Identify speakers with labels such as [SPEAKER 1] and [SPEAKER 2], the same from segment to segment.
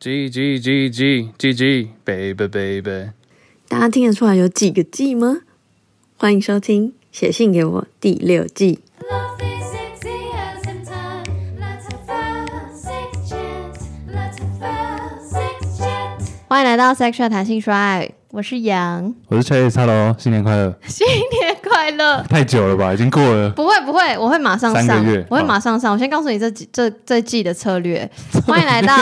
[SPEAKER 1] G G G G G G baby baby，
[SPEAKER 2] 大家听得出来有几个季吗？欢迎收听《写信给我》第六季。
[SPEAKER 3] Love is sexy as in time. Let's have a six chance. Let's have a six chance.
[SPEAKER 4] 欢迎来到 Sexual 弹性说爱，我是杨，
[SPEAKER 1] 我是 Chase，Hello，新年快乐！
[SPEAKER 4] 新年快乐！
[SPEAKER 1] 太久了吧，已经过了。
[SPEAKER 4] 不会不会，我会马上
[SPEAKER 1] 三
[SPEAKER 4] 上
[SPEAKER 1] 个月，
[SPEAKER 4] 我会马上上。我先告诉你这几这这季的策略，欢迎来 到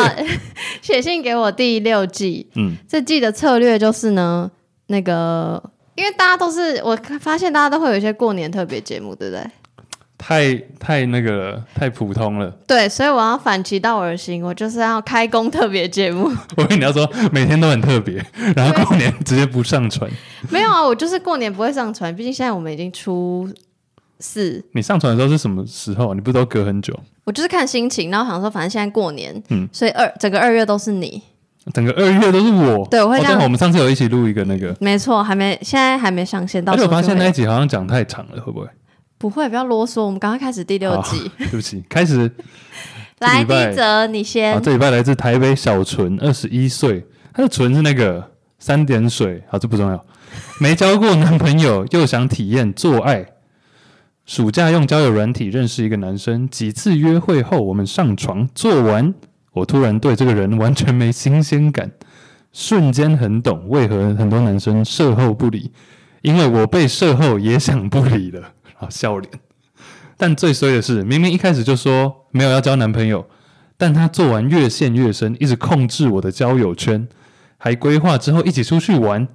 [SPEAKER 4] 写信给我第六季。
[SPEAKER 1] 嗯，
[SPEAKER 4] 这季的策略就是呢，那个因为大家都是我发现大家都会有一些过年特别节目，对不对？
[SPEAKER 1] 太太那个了，太普通了。
[SPEAKER 4] 对，所以我要反其道而行，我就是要开工特别节目。
[SPEAKER 1] 我跟你要说，每天都很特别，然后过年直接不上传。
[SPEAKER 4] 没有啊，我就是过年不会上传，毕竟现在我们已经初四，
[SPEAKER 1] 你上传的时候是什么时候？啊你不都隔很久？
[SPEAKER 4] 我就是看心情，然后想说，反正现在过年，
[SPEAKER 1] 嗯
[SPEAKER 4] 所以二整个二月都是你，
[SPEAKER 1] 整个二月都是我。
[SPEAKER 4] 对我会
[SPEAKER 1] 哦
[SPEAKER 4] 这样
[SPEAKER 1] 我们上次有一起录一个那个，
[SPEAKER 4] 没错，还没现在还没上线，到
[SPEAKER 1] 而且
[SPEAKER 4] 时
[SPEAKER 1] 我
[SPEAKER 4] 候
[SPEAKER 1] 发现
[SPEAKER 4] 就
[SPEAKER 1] 那
[SPEAKER 4] 会
[SPEAKER 1] 一集好像讲太长了，会不会？
[SPEAKER 4] 不会，不要啰嗦，我们赶快开始第六
[SPEAKER 1] 好
[SPEAKER 4] 集，
[SPEAKER 1] 对不起，开始
[SPEAKER 4] 来
[SPEAKER 1] 哦礼
[SPEAKER 4] 第
[SPEAKER 1] 拜
[SPEAKER 4] 一则你
[SPEAKER 1] 啊，
[SPEAKER 4] 先，
[SPEAKER 1] 这礼拜来自台北小纯，二十一岁，她的纯是那个三点水，好，这不重要。没交过男朋友，又想体验做爱，暑假用交友软体认识一个男生，几次约会后，我们上床做完，我突然对这个人完全没新鲜感，瞬间很懂为何很多男生事后不理，因为我被事后也想不理了，好笑脸。但最衰的是，明明一开始就说没有要交男朋友，但他做完越陷越深，一直控制我的交友圈，还规划之后一起出去玩。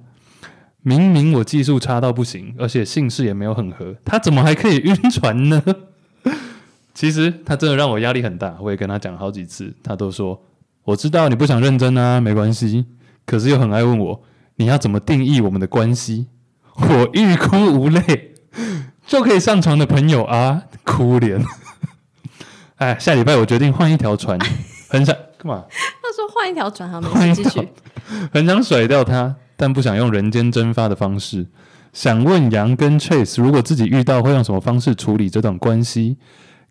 [SPEAKER 1] 明明我技术差到不行，而且姓氏也没有很合，他怎么还可以晕船呢？ 其实他真的让我压力很大，我也跟他讲好几次，他都说我知道你不想认真啊，没关系。可是又很爱问我你要怎么定义我们的关系？ 我欲哭无泪，就可以上床的朋友啊，哭脸。哎，下礼拜我决定换一条船，很想干嘛？
[SPEAKER 4] 他说换一条船，好，
[SPEAKER 1] 换一
[SPEAKER 4] 没事，继
[SPEAKER 1] 条
[SPEAKER 4] 续，
[SPEAKER 1] 很想甩掉他，但不想用人间蒸发的方式。想问杨跟 Chase，如果自己遇到，会用什么方式处理这段关系？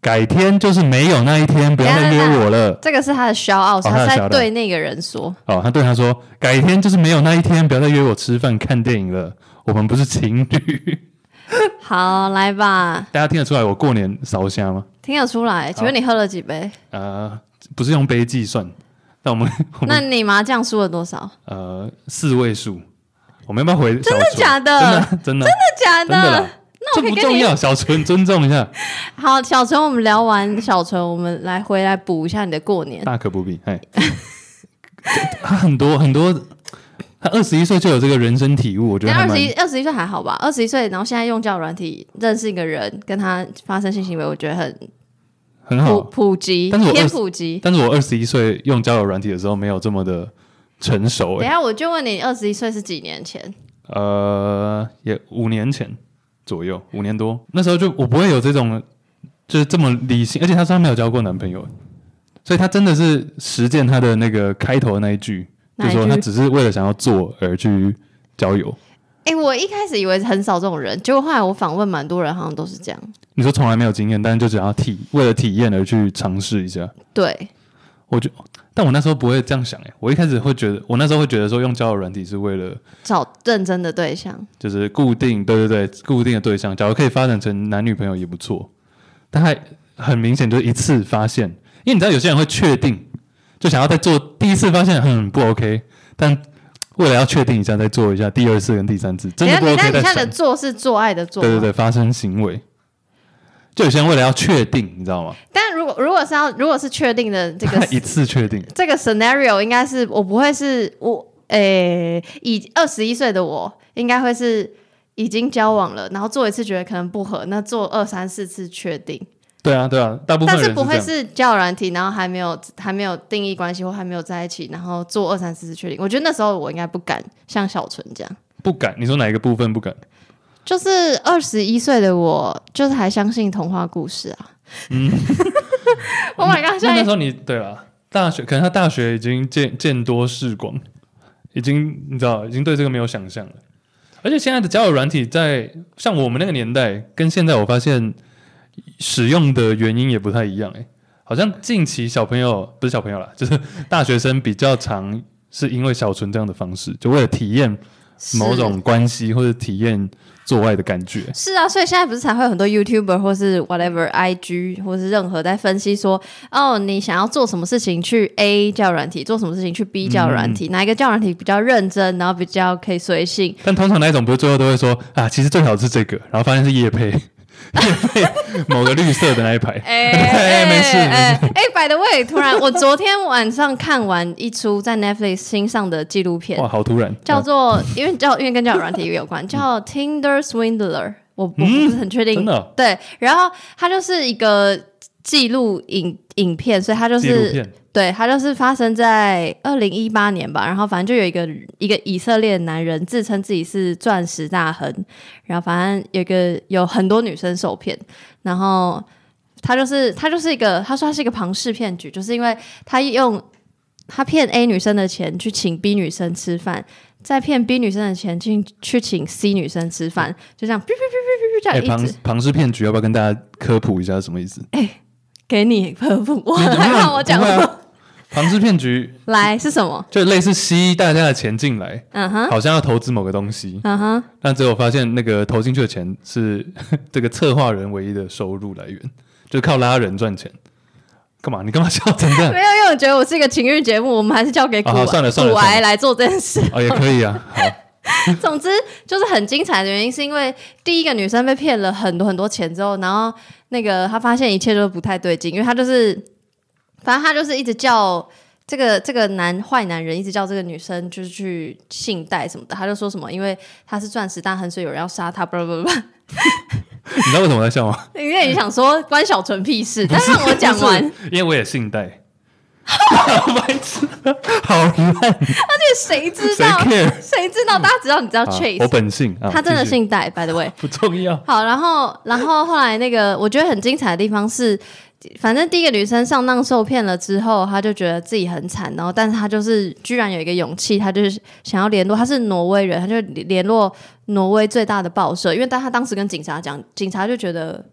[SPEAKER 1] 改天就是没有那一天，不要再约我了。
[SPEAKER 4] 这个是他的骄傲，
[SPEAKER 1] 哦他的
[SPEAKER 4] 他在
[SPEAKER 1] shout-out
[SPEAKER 4] 对那个人说，
[SPEAKER 1] 哦，他对他说：“改天就是没有那一天，不要再约我吃饭、看电影了。我们不是情侣。
[SPEAKER 4] 好，来吧”，
[SPEAKER 1] 大家听得出来我过年烧香吗？
[SPEAKER 4] 听得出来，请问你喝了几杯？
[SPEAKER 1] 啊、不是用杯计算，那我们我
[SPEAKER 4] 那
[SPEAKER 1] 们
[SPEAKER 4] 你麻将输了多少？
[SPEAKER 1] 呃四位数，我们要不要回？真
[SPEAKER 4] 真的假的？
[SPEAKER 1] 真的真的
[SPEAKER 4] 假
[SPEAKER 1] 真的啦
[SPEAKER 4] 的？，那我
[SPEAKER 1] 这
[SPEAKER 4] 可以
[SPEAKER 1] 不
[SPEAKER 4] 跟
[SPEAKER 1] 重
[SPEAKER 4] 你
[SPEAKER 1] 要，小 纯尊重一下，
[SPEAKER 4] 好，小陈，我们聊完小陈，我们来回来补一下你的过年。
[SPEAKER 1] 大可不必。哎， 他很多很多，他二十一岁就有这个人生体悟，我觉得
[SPEAKER 4] 那
[SPEAKER 1] 还
[SPEAKER 4] 二
[SPEAKER 1] 蛮
[SPEAKER 4] 十一二十一岁还好吧？二十一岁，然后现在用交友软体认识一个人，跟他发生性行为，我觉得很
[SPEAKER 1] 很
[SPEAKER 4] 普
[SPEAKER 1] 好。
[SPEAKER 4] 普及，
[SPEAKER 1] 哦但是我
[SPEAKER 4] 偏
[SPEAKER 1] 20
[SPEAKER 4] 普及。
[SPEAKER 1] 但是我二十一岁用交友软体的时候没有这么的成熟、
[SPEAKER 4] 等一
[SPEAKER 1] 哎，
[SPEAKER 4] 下我就问你，二十一岁是几年前？
[SPEAKER 1] 呃，也五年前左右，五年多，那时候就我不会有这种就是这么理性，而且她说她没有交过男朋友，所以她真的是实践她的那个开头的那一句，就
[SPEAKER 4] 哪一
[SPEAKER 1] 说她
[SPEAKER 4] 句？
[SPEAKER 1] 只是为了想要做而去交友。
[SPEAKER 4] 哎、我一开始以为很少这种人，结果后来我访问蛮多人，好像都是这样。
[SPEAKER 1] 你说从来没有经验，但是就只要体为了体验而去尝试一下。
[SPEAKER 4] 对，
[SPEAKER 1] 我就，但我那时候不会这样想哎、我一开始会觉得，我那时候会觉得说用交友软体是为了
[SPEAKER 4] 找认真的对象。
[SPEAKER 1] 就是固定，对对对，固定的对象，假如可以发展成男女朋友也不错。但还很明显就是一次发现，因为你知道有些人会确定，就想要再做第一次发现很不 OK，但为了要确定一下再做一下第二次跟第三次，
[SPEAKER 4] 等
[SPEAKER 1] 真
[SPEAKER 4] 一
[SPEAKER 1] 的
[SPEAKER 4] 下，
[SPEAKER 1] 不
[SPEAKER 4] 你那
[SPEAKER 1] OK
[SPEAKER 4] 你
[SPEAKER 1] 再
[SPEAKER 4] 现在
[SPEAKER 1] 闪
[SPEAKER 4] 的。做是做爱的做，
[SPEAKER 1] 对对。对，发生行为，就有些人为了要确定，你知道吗？
[SPEAKER 4] 但如果如果是要如果是确定的这个
[SPEAKER 1] 一次确定。
[SPEAKER 4] 这个 scenario 应该是我不会是我，诶、以二十一岁的我，应该会是已经交往了，然后做一次觉得可能不合，那做二三四次确定，
[SPEAKER 1] 对啊，对啊，大部分
[SPEAKER 4] 但
[SPEAKER 1] 人
[SPEAKER 4] 是不
[SPEAKER 1] 这
[SPEAKER 4] 会
[SPEAKER 1] 样。
[SPEAKER 4] 是交友软体，然后还没有还没有定义关系或还没有在一起，然后做二三四次确定。我觉得那时候我应该不敢像小纯这样，
[SPEAKER 1] 不敢。你说哪一个部分不敢？
[SPEAKER 4] 就是二十一岁的我，就是还相信童话故事啊。嗯 ，Oh my god！
[SPEAKER 1] 那
[SPEAKER 4] 现
[SPEAKER 1] 那时
[SPEAKER 4] 在
[SPEAKER 1] 候你对了，大学可能他大学已经见见多识广，已经你知道，已经对这个没有想象了。而且现在的交友软体在像我们那个年代跟现在，我发现使用的原因也不太一样、欸。好像近期小朋友不是小朋友啦，就是大学生比较常是因为小纯这样的方式，就为了体验
[SPEAKER 4] 是
[SPEAKER 1] 某种关系或者体验做爱的感觉。
[SPEAKER 4] 是啊，所以现在不是才会有很多 YouTuber 或是 whatever IG 或是任何在分析说，哦，你想要做什么事情去 A 教软体，做什么事情去
[SPEAKER 1] 嗯
[SPEAKER 4] B 教软体，哪一个教软体比较认真，然后比较可以随性，
[SPEAKER 1] 但通常那一种不是最后都会说啊，其实最好是这个，然后发现是叶配， 叶配某个绿色的那一排，
[SPEAKER 4] 哎
[SPEAKER 1] 哎没事
[SPEAKER 4] 哎哎，by the way，突然我昨天晚上看完一出在 Netflix 新上的纪录片
[SPEAKER 1] 哇，，好突然，
[SPEAKER 4] 叫
[SPEAKER 1] 啊
[SPEAKER 4] 做、因为叫因为跟交友软体也有关，叫 Tinder Swindler，我我不是很确定、
[SPEAKER 1] 真的哦
[SPEAKER 4] 对，然后它就是一个记录影影片，所以它就
[SPEAKER 1] 纪录
[SPEAKER 4] 是
[SPEAKER 1] 片，
[SPEAKER 4] 对，它就是发生在二零一八年吧，然后反正就有一个一个以色列男人自称自己是钻石大亨，然后反正有一个有很多女生受骗，然后。他就是他就是一个，他说他是一个庞氏骗局，就是因为他用他骗 A 女生的钱去请 B 女生吃饭，再骗 B 女生的钱去去请 C 女生吃饭，就这样，哔哔哔哔
[SPEAKER 1] 哎，
[SPEAKER 4] 哔哔这样
[SPEAKER 1] 庞
[SPEAKER 4] 一直哎
[SPEAKER 1] 庞氏骗局，要不要跟大家科普一下是什么意思？
[SPEAKER 4] 给你呵呵我
[SPEAKER 1] 你
[SPEAKER 4] 还怕我讲
[SPEAKER 1] 不会
[SPEAKER 4] 错
[SPEAKER 1] 啊，庞氏骗局
[SPEAKER 4] 来是什么？
[SPEAKER 1] 就类似吸大家的钱进来，
[SPEAKER 4] 嗯哼，
[SPEAKER 1] 好像要投资某个东西，
[SPEAKER 4] 嗯哼，
[SPEAKER 1] 但最后发现那个投进去的钱是 这个策划人唯一的收入来源，就是靠拉人赚钱。干嘛？你干嘛笑成这 样
[SPEAKER 4] 没？有，因为我觉得我是一个情欲节目，我们还是交给古
[SPEAKER 1] 啊好算了算了
[SPEAKER 4] 古
[SPEAKER 1] 算
[SPEAKER 4] 癌
[SPEAKER 1] 了
[SPEAKER 4] 来做这件事。
[SPEAKER 1] 哦，也可以啊，好，
[SPEAKER 4] 总之就是很精彩的原因，是因为第一个女生被骗了很多很多钱之后，然后那个她发现一切都不太对劲，因为她就是，反正她就是一直叫这个这个男坏男人一直叫这个女生就是去信贷什么的，他就说什么因为他是钻石大亨，所以有人要杀 他，不不不不，
[SPEAKER 1] 你知道为什么我在笑吗？
[SPEAKER 4] 因为你想说关小纯屁事，但让我讲完，
[SPEAKER 1] 不是，因为我也信贷。好白痴，好烂，
[SPEAKER 4] 谁知
[SPEAKER 1] 谁
[SPEAKER 4] 道
[SPEAKER 1] care？
[SPEAKER 4] 谁知道？大家知道你知道
[SPEAKER 1] 啊
[SPEAKER 4] Chase，、
[SPEAKER 1] 我本性啊，
[SPEAKER 4] 他真的
[SPEAKER 1] 继续
[SPEAKER 4] 信贷，by the way。
[SPEAKER 1] 不重要。
[SPEAKER 4] 好，然后然后后来那个我觉得很精彩的地方是，反正第一个女生上当受骗了之后，她就觉得自己很惨，然后但是她就是居然有一个勇气，她就是想要联络，她是挪威人，她就联络挪威最大的报社，因为但她当时跟警察讲，警察就觉得。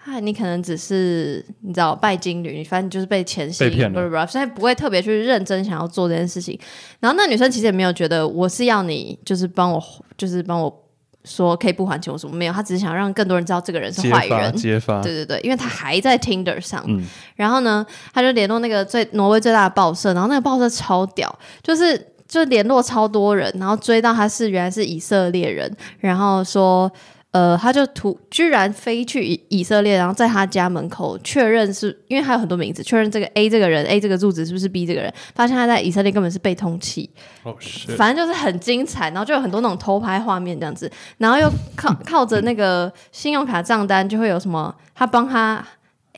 [SPEAKER 4] 嗨，你可能只是你知道拜金女，你反正你就是被钱吸
[SPEAKER 1] 被
[SPEAKER 4] 引，
[SPEAKER 1] 骗
[SPEAKER 4] 不
[SPEAKER 1] 了
[SPEAKER 4] 不不，所以不会特别去认真想要做这件事情。然后那女生其实也没有觉得我是要你，就是帮我，就是帮我说可以不还钱，我什么没有，她只是想让更多人知道这个人是
[SPEAKER 1] 揭
[SPEAKER 4] 坏
[SPEAKER 1] 发，
[SPEAKER 4] 人。
[SPEAKER 1] 揭发，
[SPEAKER 4] 对对对，因为她还在 Tinder 上，
[SPEAKER 1] 嗯
[SPEAKER 4] 然后呢，她就联络那个最挪威最大的报社，然后那个报社超屌，就是就联络超多人，然后追到他是原来是以色列人，然后说。呃，他就突居然飞去以以色列，然后在他家门口确认是，因为他有很多名字，确认这个 A 这个人，A 这个住址是不是 B 这个人，发现他在以色列根本是被通缉，
[SPEAKER 1] 哦是，
[SPEAKER 4] 反正就是很精彩，然后就有很多那种偷拍画面这样子，然后又靠靠着那个信用卡账单，就会有什么他帮他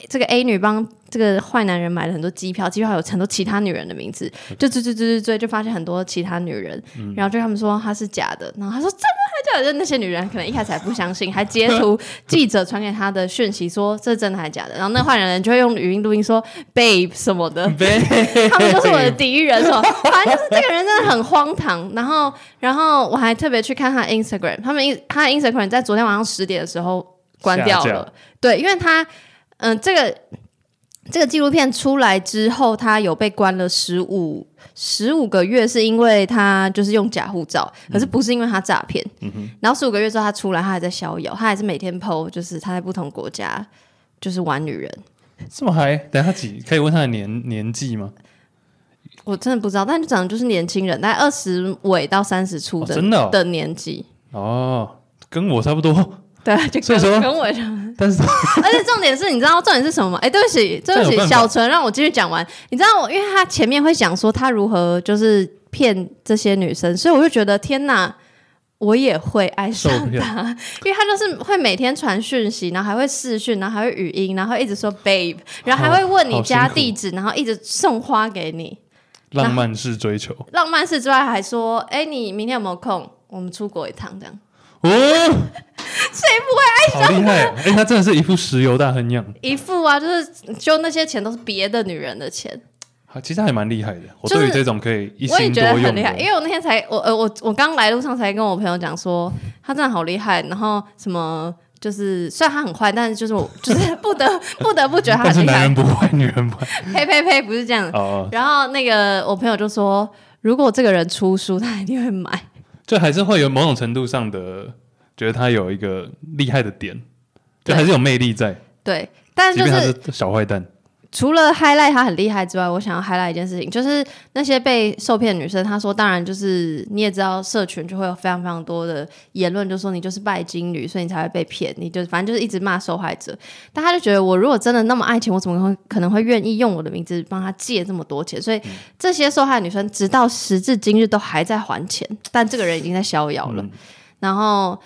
[SPEAKER 4] 这个 A 女帮这个坏男人买了很多机票，机票有很多其他女人的名字，就追追追追追，就发现很多其他女人，然后就他们说他是假的，然后他说真的还假的，就那些女人可能一开始还不相信，还截图记者传给他的讯息说这真的还假的，然后那坏男人就会用语音录音说 babe 什么的，他们就是我的敌人，什么，反正就是这个人真的很荒唐。然后，然后我还特别去看他的 Instagram，他们 in- 他的 Instagram 在昨天晚上十点的时候关掉
[SPEAKER 1] 下
[SPEAKER 4] 了
[SPEAKER 1] 架，
[SPEAKER 4] 对，因为他嗯、这个这个纪录片出来之后，他有被关了十五十五个月，是因为他就是用假护照，可是不是因为他诈骗。然后十五个月之后他出来，他还在逍遥，他还是每天 PO，就是他在不同国家就是玩女人。
[SPEAKER 1] 这么嗨？等一下几可以问他的年年纪吗？
[SPEAKER 4] 我真的不知道，但就长得就是年轻人，大概二十尾到三十出的、
[SPEAKER 1] 哦真的哦
[SPEAKER 4] 的年纪，
[SPEAKER 1] 哦，跟我差不 多，
[SPEAKER 4] 对，啊就
[SPEAKER 1] 所以
[SPEAKER 4] 跟
[SPEAKER 1] 说
[SPEAKER 4] 跟我一样。
[SPEAKER 1] 但是
[SPEAKER 4] 而且重点是，你知道重点是什么吗？哎、对不起，对不
[SPEAKER 1] 这有
[SPEAKER 4] 起，
[SPEAKER 1] 办法
[SPEAKER 4] 小纯，让我继续讲完。你知道我，因为他前面会讲说他如何就是骗这些女生，所以我就觉得天哪，我也会爱上
[SPEAKER 1] 受 骗
[SPEAKER 4] 他，因为他就是会每天传讯息，然后还会视讯，然后还会语音，然后一直说 babe，然后还会问你
[SPEAKER 1] 好辛
[SPEAKER 4] 家
[SPEAKER 1] 苦
[SPEAKER 4] 地址，然后一直送花给你。
[SPEAKER 1] 浪漫式 追求
[SPEAKER 4] 浪漫事之外，还说：“哎、你明天有没有空？我们出国一趟，这样。
[SPEAKER 1] 哦，谁不会爱上好厉害哦！哎，他真的是一副石油大亨样，”
[SPEAKER 4] 一副啊，就是就那些钱都是别的女人的钱，
[SPEAKER 1] 好其实还蛮厉害的。我
[SPEAKER 4] 就是
[SPEAKER 1] 对于这种可以一
[SPEAKER 4] 我也
[SPEAKER 1] 心
[SPEAKER 4] 觉得
[SPEAKER 1] 多用
[SPEAKER 4] 很厉害。因
[SPEAKER 1] 的，
[SPEAKER 4] 为我那天才，我呃，我我刚来路上才跟我朋友讲说，他真的好厉害。然后什么就是虽然他很坏，但是就是我就是不得 不得不觉得他
[SPEAKER 1] 但是
[SPEAKER 4] 很厉
[SPEAKER 1] 男
[SPEAKER 4] 害
[SPEAKER 1] 人。不坏，女人不坏。
[SPEAKER 4] 呸呸呸，不是这样。
[SPEAKER 1] 哦，
[SPEAKER 4] 然后那个我朋友就说，如果这个人出书，他一定会买。
[SPEAKER 1] 就还是会有某种程度上的觉得他有一个厉害的点，就还是有魅力在，
[SPEAKER 4] 对，但
[SPEAKER 1] 即
[SPEAKER 4] 就
[SPEAKER 1] 便他
[SPEAKER 4] 是
[SPEAKER 1] 是小坏蛋。
[SPEAKER 4] 除了 highlight 他很厉害之外，我想要 highlight 一件事情，就是那些被受骗的女生，她说，当然就是你也知道，社群就会有非常非常多的言论，就说你就是拜金女，所以你才会被骗，你就反正就是一直骂受害者。但她就觉得，我如果真的那么爱钱，我怎么会可能会愿意用我的名字帮她借这么多钱？所以
[SPEAKER 1] 嗯
[SPEAKER 4] 这些受害女生直到时至今日都还在还钱，但这个人已经在逍遥
[SPEAKER 1] 嗯
[SPEAKER 4] 了。然后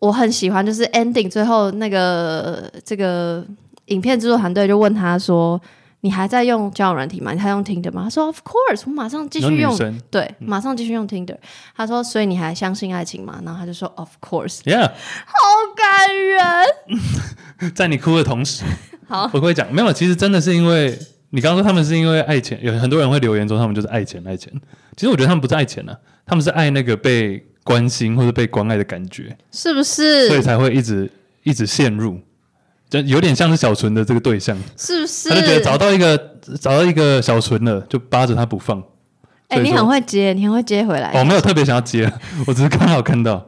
[SPEAKER 4] 我很喜欢，就是 ending 最后那个这个影片制作团队就问他说：“你还在用交友软体吗？你还用 Tinder 吗？”他说：“Of course，我马上继
[SPEAKER 1] 有
[SPEAKER 4] 续
[SPEAKER 1] 女
[SPEAKER 4] 用。
[SPEAKER 1] 生”
[SPEAKER 4] 对，马上继续用 Tinder。他说：“所以你还相信爱情吗？”然后他就说：“Of course。
[SPEAKER 1] ，Yeah，”
[SPEAKER 4] 好感人。
[SPEAKER 1] 在你哭的同时，
[SPEAKER 4] 好，
[SPEAKER 1] 我会讲没有，其实真的是因为你刚刚说他们是因为爱钱，有很多人会留言说他们就是爱钱爱钱。其实我觉得他们不是爱钱啊，他们是爱那个被关心或者被关爱的感觉，
[SPEAKER 4] 是不
[SPEAKER 1] 所以
[SPEAKER 4] 是？
[SPEAKER 1] 才会一直一直陷入，就有点像是小纯的这个对象，
[SPEAKER 4] 是不是
[SPEAKER 1] 他就？觉得找到一个找到一个小纯了，就扒着他不放。
[SPEAKER 4] 哎、
[SPEAKER 1] 所以
[SPEAKER 4] 你
[SPEAKER 1] 说
[SPEAKER 4] 很会接，你很会接回来。
[SPEAKER 1] 哦，没有特别想要接， 我只是刚好看到。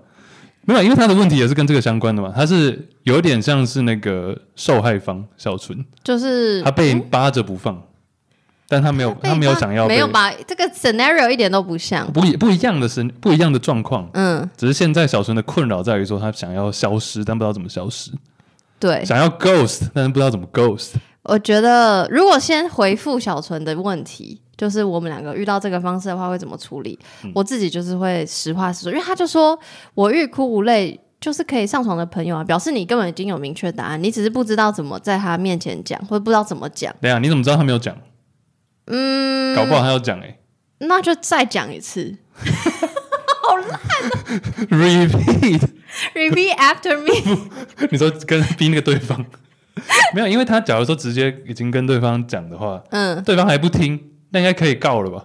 [SPEAKER 1] 没有，因为他的问题也是跟这个相关的嘛，他是有点像是那个受害方小纯，
[SPEAKER 4] 就是嗯
[SPEAKER 1] 他被扒着不放，但他没有，他没有想要被，
[SPEAKER 4] 没有吧？这个 scenario 一点都不像。
[SPEAKER 1] 不一不一样的是不一样的状况，
[SPEAKER 4] 嗯，
[SPEAKER 1] 只是现在小纯的困扰在于说他想要消失，但不知道怎么消失，
[SPEAKER 4] 对，
[SPEAKER 1] 想要 ghost，但是不知道怎么 ghost。
[SPEAKER 4] 我觉得如果先回复小纯的问题，就是我们两个遇到这个方式的话会怎么处理？
[SPEAKER 1] 嗯
[SPEAKER 4] 我自己就是会实话实说，因为他就说我欲哭无泪。就是可以上床的朋友啊，表示你根本已经有明确答案，你只是不知道怎么在他面前讲，或者不知道怎么 讲，
[SPEAKER 1] 等一下你怎么知道他没有讲？嗯，搞不好他要讲哎、
[SPEAKER 4] 那就再讲一次
[SPEAKER 1] 欸、，repeat。
[SPEAKER 4] ，repeat after me。
[SPEAKER 1] 你说跟逼那个对方，没有，因为他假如说直接已经跟对方讲的话，
[SPEAKER 4] 嗯，
[SPEAKER 1] 对方还不听，那应该可以告了吧？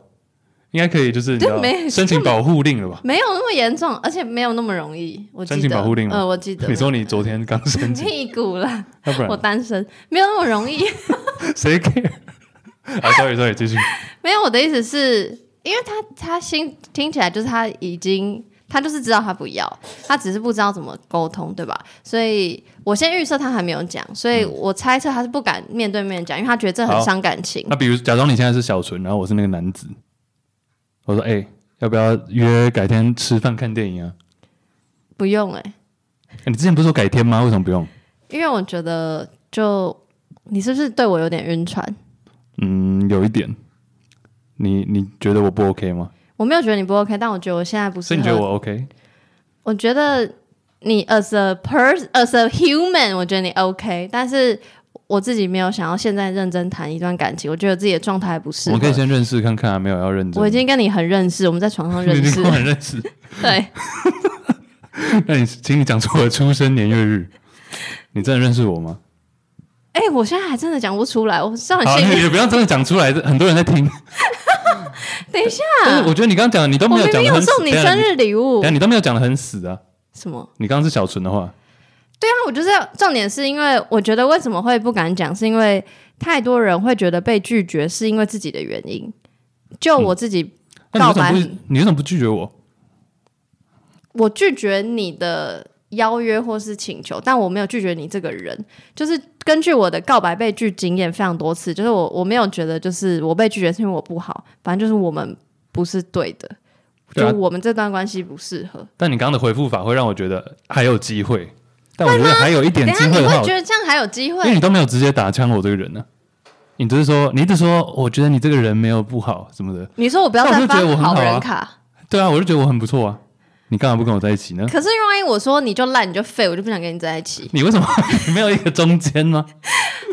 [SPEAKER 1] 应该可以，就是你知
[SPEAKER 4] 对
[SPEAKER 1] 道
[SPEAKER 4] 没
[SPEAKER 1] 申请保护令了吧？
[SPEAKER 4] 没有那么严重，而且没有那么容易。我记得
[SPEAKER 1] 申请保护令吗
[SPEAKER 4] 嗯，我记得。
[SPEAKER 1] 你说你昨天刚 申请，
[SPEAKER 4] 屁股啦，
[SPEAKER 1] 要不
[SPEAKER 4] 我
[SPEAKER 1] 然
[SPEAKER 4] 单身，没有那么容易。
[SPEAKER 1] 谁 care？啊，sorry sorry，继续。
[SPEAKER 4] 没有，我的意思是因为他他心听起来就是他已经他就是知道他不要，他只是不知道怎么沟通，对吧？所以我先预设他还没有讲，所以我猜测他是不敢面对面讲，因为他觉得这很
[SPEAKER 1] 好
[SPEAKER 4] 伤感情。
[SPEAKER 1] 那比如假装你现在是小纯，然后我是那个男子，我说哎、要不要约改天吃饭看电影啊？
[SPEAKER 4] 不用哎、
[SPEAKER 1] 哎你之前不是说改天吗？为什么不用？
[SPEAKER 4] 因为我觉得就你是不是对我有点晕船？
[SPEAKER 1] 嗯，有一点。你你觉得我不 OK 吗？
[SPEAKER 4] 我没有觉得你不 OK，但我觉得我现在不
[SPEAKER 1] 所
[SPEAKER 4] 是。
[SPEAKER 1] 以你觉得我 OK？
[SPEAKER 4] 我觉得你 as a person as a human，我觉得你 OK，但是我自己没有想要现在认真谈一段感情，我觉得自己的状态不适
[SPEAKER 1] 我
[SPEAKER 4] 合
[SPEAKER 1] 们可以。先认识看看啊，没有要认真。
[SPEAKER 4] 我已经跟你很认识，我们在床上认
[SPEAKER 1] 你已
[SPEAKER 4] 识
[SPEAKER 1] 经跟，我很认识。
[SPEAKER 4] 对，
[SPEAKER 1] 那你请你讲出我的出生年月日。你真的认识我吗？
[SPEAKER 4] 哎、我现在还真的讲不出来，我是很
[SPEAKER 1] 好，
[SPEAKER 4] 幸
[SPEAKER 1] 啊你
[SPEAKER 4] 运。
[SPEAKER 1] 也不要真的讲出来，这很多人在听。
[SPEAKER 4] 等一 下，
[SPEAKER 1] 但是我觉得你刚刚讲的，你都
[SPEAKER 4] 嗯我
[SPEAKER 1] 没
[SPEAKER 4] 明
[SPEAKER 1] 讲
[SPEAKER 4] 明
[SPEAKER 1] 的
[SPEAKER 4] 有
[SPEAKER 1] 很死。
[SPEAKER 4] 送你
[SPEAKER 1] 等一下
[SPEAKER 4] 生日礼
[SPEAKER 1] 等
[SPEAKER 4] 物
[SPEAKER 1] 一下，你都没有讲的很死啊。
[SPEAKER 4] 什么？
[SPEAKER 1] 你刚刚是小纯的话，
[SPEAKER 4] 对啊，我就是要重点是因为我觉得为什么会不敢讲，是因为太多人会觉得被拒绝是因为自己的原因。就我自己
[SPEAKER 1] 那你
[SPEAKER 4] 告
[SPEAKER 1] 为什
[SPEAKER 4] 白
[SPEAKER 1] 么不你为什么不拒绝我？
[SPEAKER 4] 我拒绝你的邀约或是请求，但我没有拒绝你这个人。就是根据我的告白被拒经验非常多次，就是我我没有觉得就是我被拒绝是因为我不好，反正就是我们不是对的，
[SPEAKER 1] 对啊
[SPEAKER 4] 就我们这段关系不适合。
[SPEAKER 1] 但你刚刚的回复法会让我觉得还有机会，但我觉得还有一点
[SPEAKER 4] 等一
[SPEAKER 1] 机
[SPEAKER 4] 下你
[SPEAKER 1] 会的话
[SPEAKER 4] 会，觉得这样还有机
[SPEAKER 1] 因为
[SPEAKER 4] 会？
[SPEAKER 1] 你都没有直接打枪我这个人呢、你只是说，你一直说，我觉得你这个人没有不好什么的。
[SPEAKER 4] 你说我不要
[SPEAKER 1] 那我
[SPEAKER 4] 再
[SPEAKER 1] 就
[SPEAKER 4] 发
[SPEAKER 1] 觉得我很好啊
[SPEAKER 4] 人卡，
[SPEAKER 1] 对啊，我就觉得我很不错啊。你干嘛不跟我在一起呢？。
[SPEAKER 4] 可是万一我说你就烂你就废，我就不想跟你在一起
[SPEAKER 1] 你为什么 你没有一个中间吗？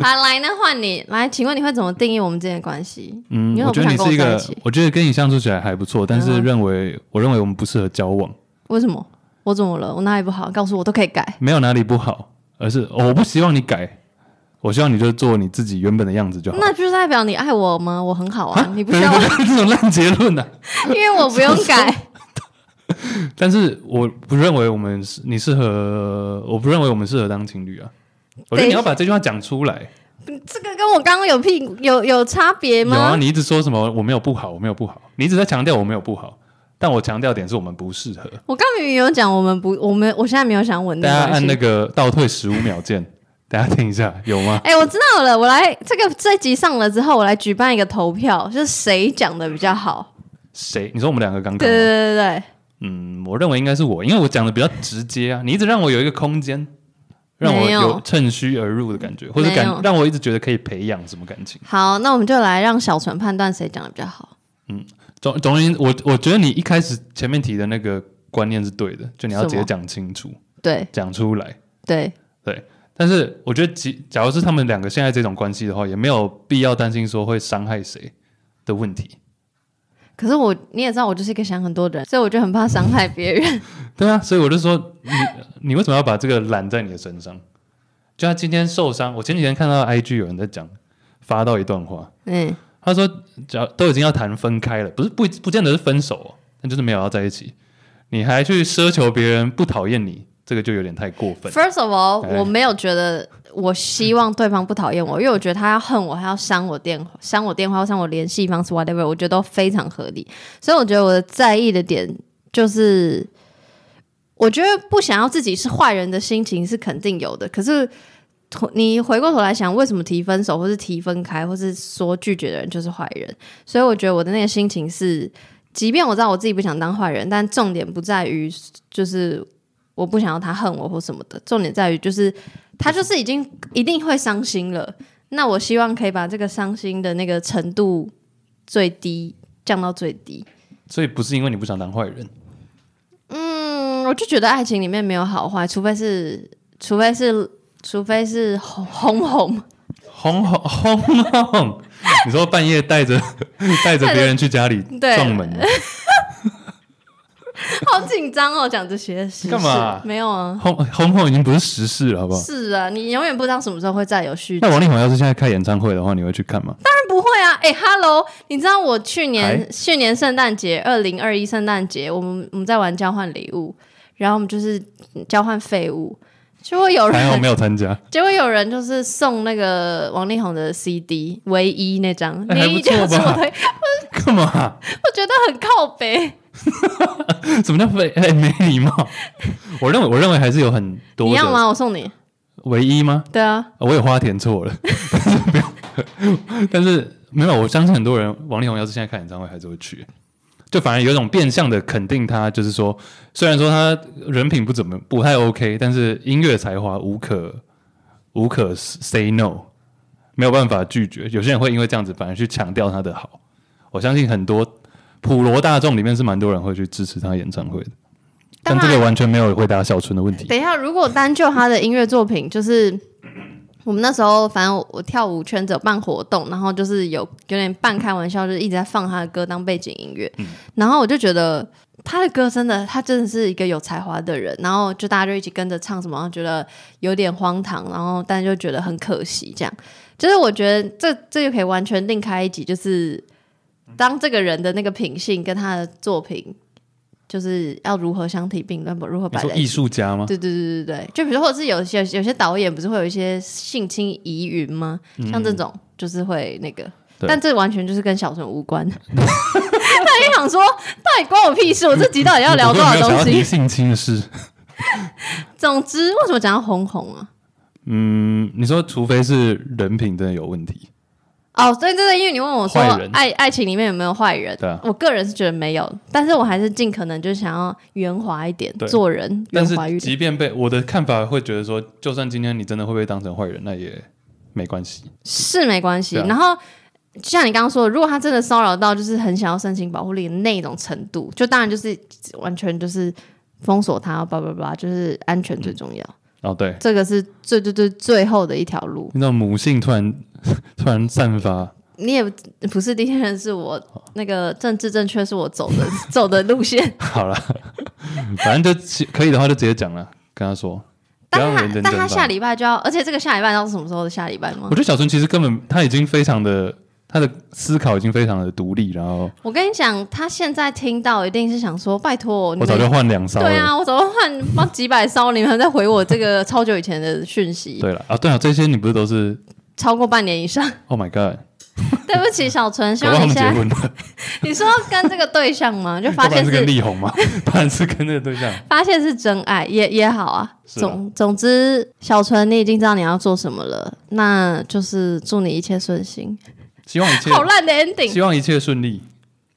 [SPEAKER 4] 好，来那换你来，请问你会怎么定义我们之间的关系？
[SPEAKER 1] 嗯，
[SPEAKER 4] 你为
[SPEAKER 1] 我
[SPEAKER 4] 什么
[SPEAKER 1] 觉得
[SPEAKER 4] 不想跟
[SPEAKER 1] 你是一
[SPEAKER 4] 在一
[SPEAKER 1] 个
[SPEAKER 4] 起，？
[SPEAKER 1] 我觉得跟你相处起来还不错，但是
[SPEAKER 4] 嗯
[SPEAKER 1] 认为、我认为我们不适合交往，
[SPEAKER 4] 为什么？我怎么了？我哪里不好？告诉我，我都可以改。
[SPEAKER 1] 没有哪里不好，而是、哦我不希望你改，我希望你就做你自己原本的样子就好。
[SPEAKER 4] 那就是代表你爱 我吗？我很好啊，你不需要，
[SPEAKER 1] 这种烂结论呢、
[SPEAKER 4] 因 为我不用改。
[SPEAKER 1] 但是我不认为我们是你适合，我不认为我们适合当情侣啊。我觉得
[SPEAKER 4] 对
[SPEAKER 1] 你要把这句话讲出来。
[SPEAKER 4] 这个跟我刚刚有屁股有有差别
[SPEAKER 1] 有啊，
[SPEAKER 4] 吗？
[SPEAKER 1] 你一直说什么我没有不好，我没有不好，你一直在强调我没有不好，但我强调点是我们不适合。
[SPEAKER 4] 我刚明明有讲，我们不，我们我现在没有想稳
[SPEAKER 1] 大
[SPEAKER 4] 定
[SPEAKER 1] 家
[SPEAKER 4] 关
[SPEAKER 1] 按
[SPEAKER 4] 系
[SPEAKER 1] 那。个倒退十五秒键，大家听一下，有吗？
[SPEAKER 4] 哎、我知道了，我来这个这集上了之后，我来举办一个投票，就是谁讲的比较好？
[SPEAKER 1] 谁？你说我们两个刚
[SPEAKER 4] 对
[SPEAKER 1] 刚吗？
[SPEAKER 4] 对对对
[SPEAKER 1] 嗯，我认为应该是我，因为我讲的比较直接啊，你一直让我有一个空间，让我
[SPEAKER 4] 没有
[SPEAKER 1] 有趁虚而入的感觉，或者
[SPEAKER 4] 没有
[SPEAKER 1] 感让我一直觉得可以培养什么感情。
[SPEAKER 4] 对，好，那我们就来让小纯判断谁讲的比较好。
[SPEAKER 1] 总总而言之，我我觉得你一开始前面提的那个观念是对的，就你要
[SPEAKER 4] 什么
[SPEAKER 1] 直接讲清楚，
[SPEAKER 4] 对
[SPEAKER 1] 讲出来。
[SPEAKER 4] 对，
[SPEAKER 1] 但是我觉得即，假如是他们两个现在这种关系的话，也没有必要担心说会伤害谁的问题。
[SPEAKER 4] 可是我你也知道，我就是一个想很多的人，所以我就很怕伤害别人。
[SPEAKER 1] 对啊，所以我就说，你你为什么要把这个揽在你的身上？就他今天受伤，我前几天看到 IG 有人在讲，发到一段话，
[SPEAKER 4] 嗯，
[SPEAKER 1] 他说，只要都已经要谈分开了，不是不不见得是分手、哦，那就是没有要在一起，你还去奢求别人不讨厌你，这个就有点太过分。
[SPEAKER 4] First of all，
[SPEAKER 1] 哎
[SPEAKER 4] 我没有觉得我希望对方不讨厌我，因为我觉得他要恨我，他要删我电话、删我电话、删我联系方式，whatever，我觉得都非常合理。所以我觉得我的在意的点就是，我觉得不想要自己是坏人的心情是肯定有的，可是。你回过头来想，为什么提分手，或是提分开，或是说拒绝的人就是坏人？所以我觉得我的那个心情是，即便我知道我自己不想当坏人，但重点不在于就是我不想要他恨我或什么的，重点在于就是他就是已经一定会伤心了。那我希望可以把这个伤心的那个程度最低降到最低。
[SPEAKER 1] 所以不是因为你不想当坏人，
[SPEAKER 4] 嗯，我就觉得爱情里面没有好坏，除非是，除非是，除非是红红红，
[SPEAKER 1] 轰轰轰轰！ 你说半夜带着 带着别人去家里
[SPEAKER 4] 对
[SPEAKER 1] 撞门吗，
[SPEAKER 4] 好紧张哦，讲这些事
[SPEAKER 1] 干嘛
[SPEAKER 4] 没有啊，
[SPEAKER 1] 轰轰轰已经不是时事了，好不好？
[SPEAKER 4] 是啊，你永远不知道什么时候会再有续集。
[SPEAKER 1] 那王力宏要是现在开演唱会的话，你会去看吗？
[SPEAKER 4] 不会啊，哎、h e l l o 你知道我去
[SPEAKER 1] 嗨
[SPEAKER 4] 年去年圣诞节，二零二一圣诞节，我们我们在玩交换礼物，然后我们就是交换废物，结果有
[SPEAKER 1] 还好
[SPEAKER 4] 人
[SPEAKER 1] 没有参加，
[SPEAKER 4] 结果有人就是送那个王力宏的 CD 唯一那张，
[SPEAKER 1] 哎还
[SPEAKER 4] 唯
[SPEAKER 1] 不
[SPEAKER 4] 一就
[SPEAKER 1] 错吧
[SPEAKER 4] 是我的，
[SPEAKER 1] 干嘛？
[SPEAKER 4] 我觉得很靠北。
[SPEAKER 1] 什么叫非哎没礼貌？我认为我认为还是有很
[SPEAKER 4] 你
[SPEAKER 1] 多
[SPEAKER 4] 要
[SPEAKER 1] 的
[SPEAKER 4] 吗？我送你。
[SPEAKER 1] 唯一吗？
[SPEAKER 4] 对啊，
[SPEAKER 1] 我有花田错了，但是没有，但是没 有，我相信很多人王力宏要是现在开演唱会还是会去，就反而有一种变相的肯定他，就是说虽然说他人品不怎么不太 OK，但是音乐才华无可无可 say no，没有办法拒绝。有些人会因为这样子反而去强调他的好，我相信很多普罗大众里面是蛮多人会去支持他演唱会的，
[SPEAKER 4] 当
[SPEAKER 1] 但
[SPEAKER 4] 然
[SPEAKER 1] 这个完全没有回答小纯的问题。
[SPEAKER 4] 等一下，如果单就他的音乐作品，就是 我们那时候反正我我跳舞圈子有办活动，然后就是有有点半开玩笑，就是一直在放他的歌当背景音乐，
[SPEAKER 1] 嗯
[SPEAKER 4] 然后我就觉得。他的歌真的，他真的是一个有才华的人，然后就大家就一起跟着唱什么，然后觉得有点荒唐，然后但就觉得很可惜，这样。就是我觉得这这就可以完全另开一集，就是当这个人的那个品性跟他的作品，就是要如何相提并论，如何
[SPEAKER 1] 你
[SPEAKER 4] 摆
[SPEAKER 1] 说
[SPEAKER 4] 在一
[SPEAKER 1] 艺
[SPEAKER 4] 起。
[SPEAKER 1] 术家吗？
[SPEAKER 4] 对对对对对，就比如说，或者是有些有些导演不是会有一些性侵疑云吗？像这种就是会那个，
[SPEAKER 1] 嗯对
[SPEAKER 4] 但这完全就是跟小纯无关。 他就想说，到底关我屁事？我这集到底要聊多
[SPEAKER 1] 我
[SPEAKER 4] 少
[SPEAKER 1] 没有想
[SPEAKER 4] 东
[SPEAKER 1] 要提
[SPEAKER 4] 西？
[SPEAKER 1] 性侵的事？
[SPEAKER 4] 总之，为什么讲到红红啊？
[SPEAKER 1] 嗯，你说除非是人品真的有问题，
[SPEAKER 4] 哦，对对对，因为你问我说
[SPEAKER 1] 坏人
[SPEAKER 4] 爱爱情里面有没有坏人，
[SPEAKER 1] 对啊
[SPEAKER 4] 我个人是觉得没有，但是我还是尽可能就是想要圆滑一点
[SPEAKER 1] 对
[SPEAKER 4] 做人，
[SPEAKER 1] 但
[SPEAKER 4] 圆
[SPEAKER 1] 是
[SPEAKER 4] 滑一点。
[SPEAKER 1] 即便被我的看法会觉得说，就算今天你真的会被当成坏人，那也没关系。
[SPEAKER 4] 是没关系。
[SPEAKER 1] 对啊
[SPEAKER 4] 然后就像你刚刚说的，如果他真的骚扰到就是很想要申请保护令的那种程度，就当然就是完全就是封锁他，叭叭叭，就是安全最重要，
[SPEAKER 1] 哦，对，
[SPEAKER 4] 这个是最最最最后的一条路。
[SPEAKER 1] 那种母性突然 突然散发，
[SPEAKER 4] 你也不是第一天认识我，那个政治正确是我走的 走的路线。
[SPEAKER 1] 好了，反正就可以的话就直接讲了，跟他说， 不
[SPEAKER 4] 但
[SPEAKER 1] 要
[SPEAKER 4] 他
[SPEAKER 1] 人真
[SPEAKER 4] 但他
[SPEAKER 1] 正
[SPEAKER 4] 下
[SPEAKER 1] 犯。
[SPEAKER 4] 礼拜就要，而且这个下礼拜知道是什么时候的下礼拜吗
[SPEAKER 1] 我觉？得小春其实根本他已经非常的他的思考已经非常的独立，然后
[SPEAKER 4] 我跟你讲，他现在听到一定是想说，拜托，你们
[SPEAKER 1] 我早就换两艘了。
[SPEAKER 4] 对啊，我早就换换几百烧，你们还在回我这个超久以前的讯息，
[SPEAKER 1] 对了啊，对啊，这些你不是都是
[SPEAKER 4] 超过半年以上。
[SPEAKER 1] ？Oh my god！
[SPEAKER 4] 对不起，小纯，希
[SPEAKER 1] 搞不好
[SPEAKER 4] 望
[SPEAKER 1] 他
[SPEAKER 4] 你现
[SPEAKER 1] 们结
[SPEAKER 4] 在
[SPEAKER 1] 婚了，
[SPEAKER 4] 你说跟这个对象吗？就发
[SPEAKER 1] 要不
[SPEAKER 4] 现
[SPEAKER 1] 然是
[SPEAKER 4] 是
[SPEAKER 1] 跟力宏 吗？不然是跟那个对象？
[SPEAKER 4] 发现是真爱也也好啊。
[SPEAKER 1] 是啊
[SPEAKER 4] 总总之，小纯，你已经知道你要做什么了，那就是祝你一切顺心。
[SPEAKER 1] 希望一切
[SPEAKER 4] 好烂的 ending，
[SPEAKER 1] 希望一切顺利。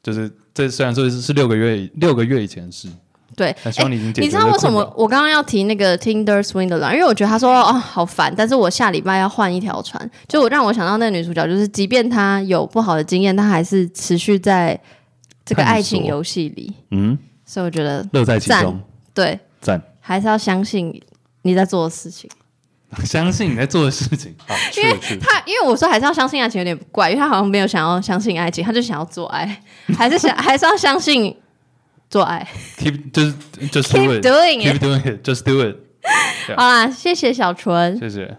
[SPEAKER 1] 就是这虽然说是是六个月六个月以前的事，
[SPEAKER 4] 对。
[SPEAKER 1] 但希望你已经解决
[SPEAKER 4] 哎你知
[SPEAKER 1] 了这个
[SPEAKER 4] 道
[SPEAKER 1] 困扰。
[SPEAKER 4] 为什么我刚刚要提那个 Tinder Swindler？因为我觉得他说哦好烦，但是我下礼拜要换一条船，就我让我想到那个女主角，就是即便她有不好的经验，她还是持续在这个
[SPEAKER 1] 探索
[SPEAKER 4] 爱情游戏里，
[SPEAKER 1] 嗯，
[SPEAKER 4] 所以我觉得
[SPEAKER 1] 乐在其中，
[SPEAKER 4] 对，
[SPEAKER 1] 赞。
[SPEAKER 4] 还是要相信你在做的事情。
[SPEAKER 1] 相信你在做的事情，好，去了去了。
[SPEAKER 4] 他因为我说还是要相信爱情有点怪，因为他好像没有想要相信爱情，他就想要做爱，还是想还是要相信做爱。
[SPEAKER 1] Keep 就是 just do
[SPEAKER 4] Keep
[SPEAKER 1] it,
[SPEAKER 4] doing
[SPEAKER 1] keep
[SPEAKER 4] it。
[SPEAKER 1] doing it, just do it。
[SPEAKER 4] 好啦，谢谢小纯。
[SPEAKER 1] 谢谢。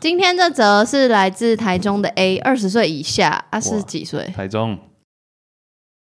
[SPEAKER 4] 今天这则是来自台中的 A，二十岁以下，啊是
[SPEAKER 1] 哇
[SPEAKER 4] 几岁？
[SPEAKER 1] 台中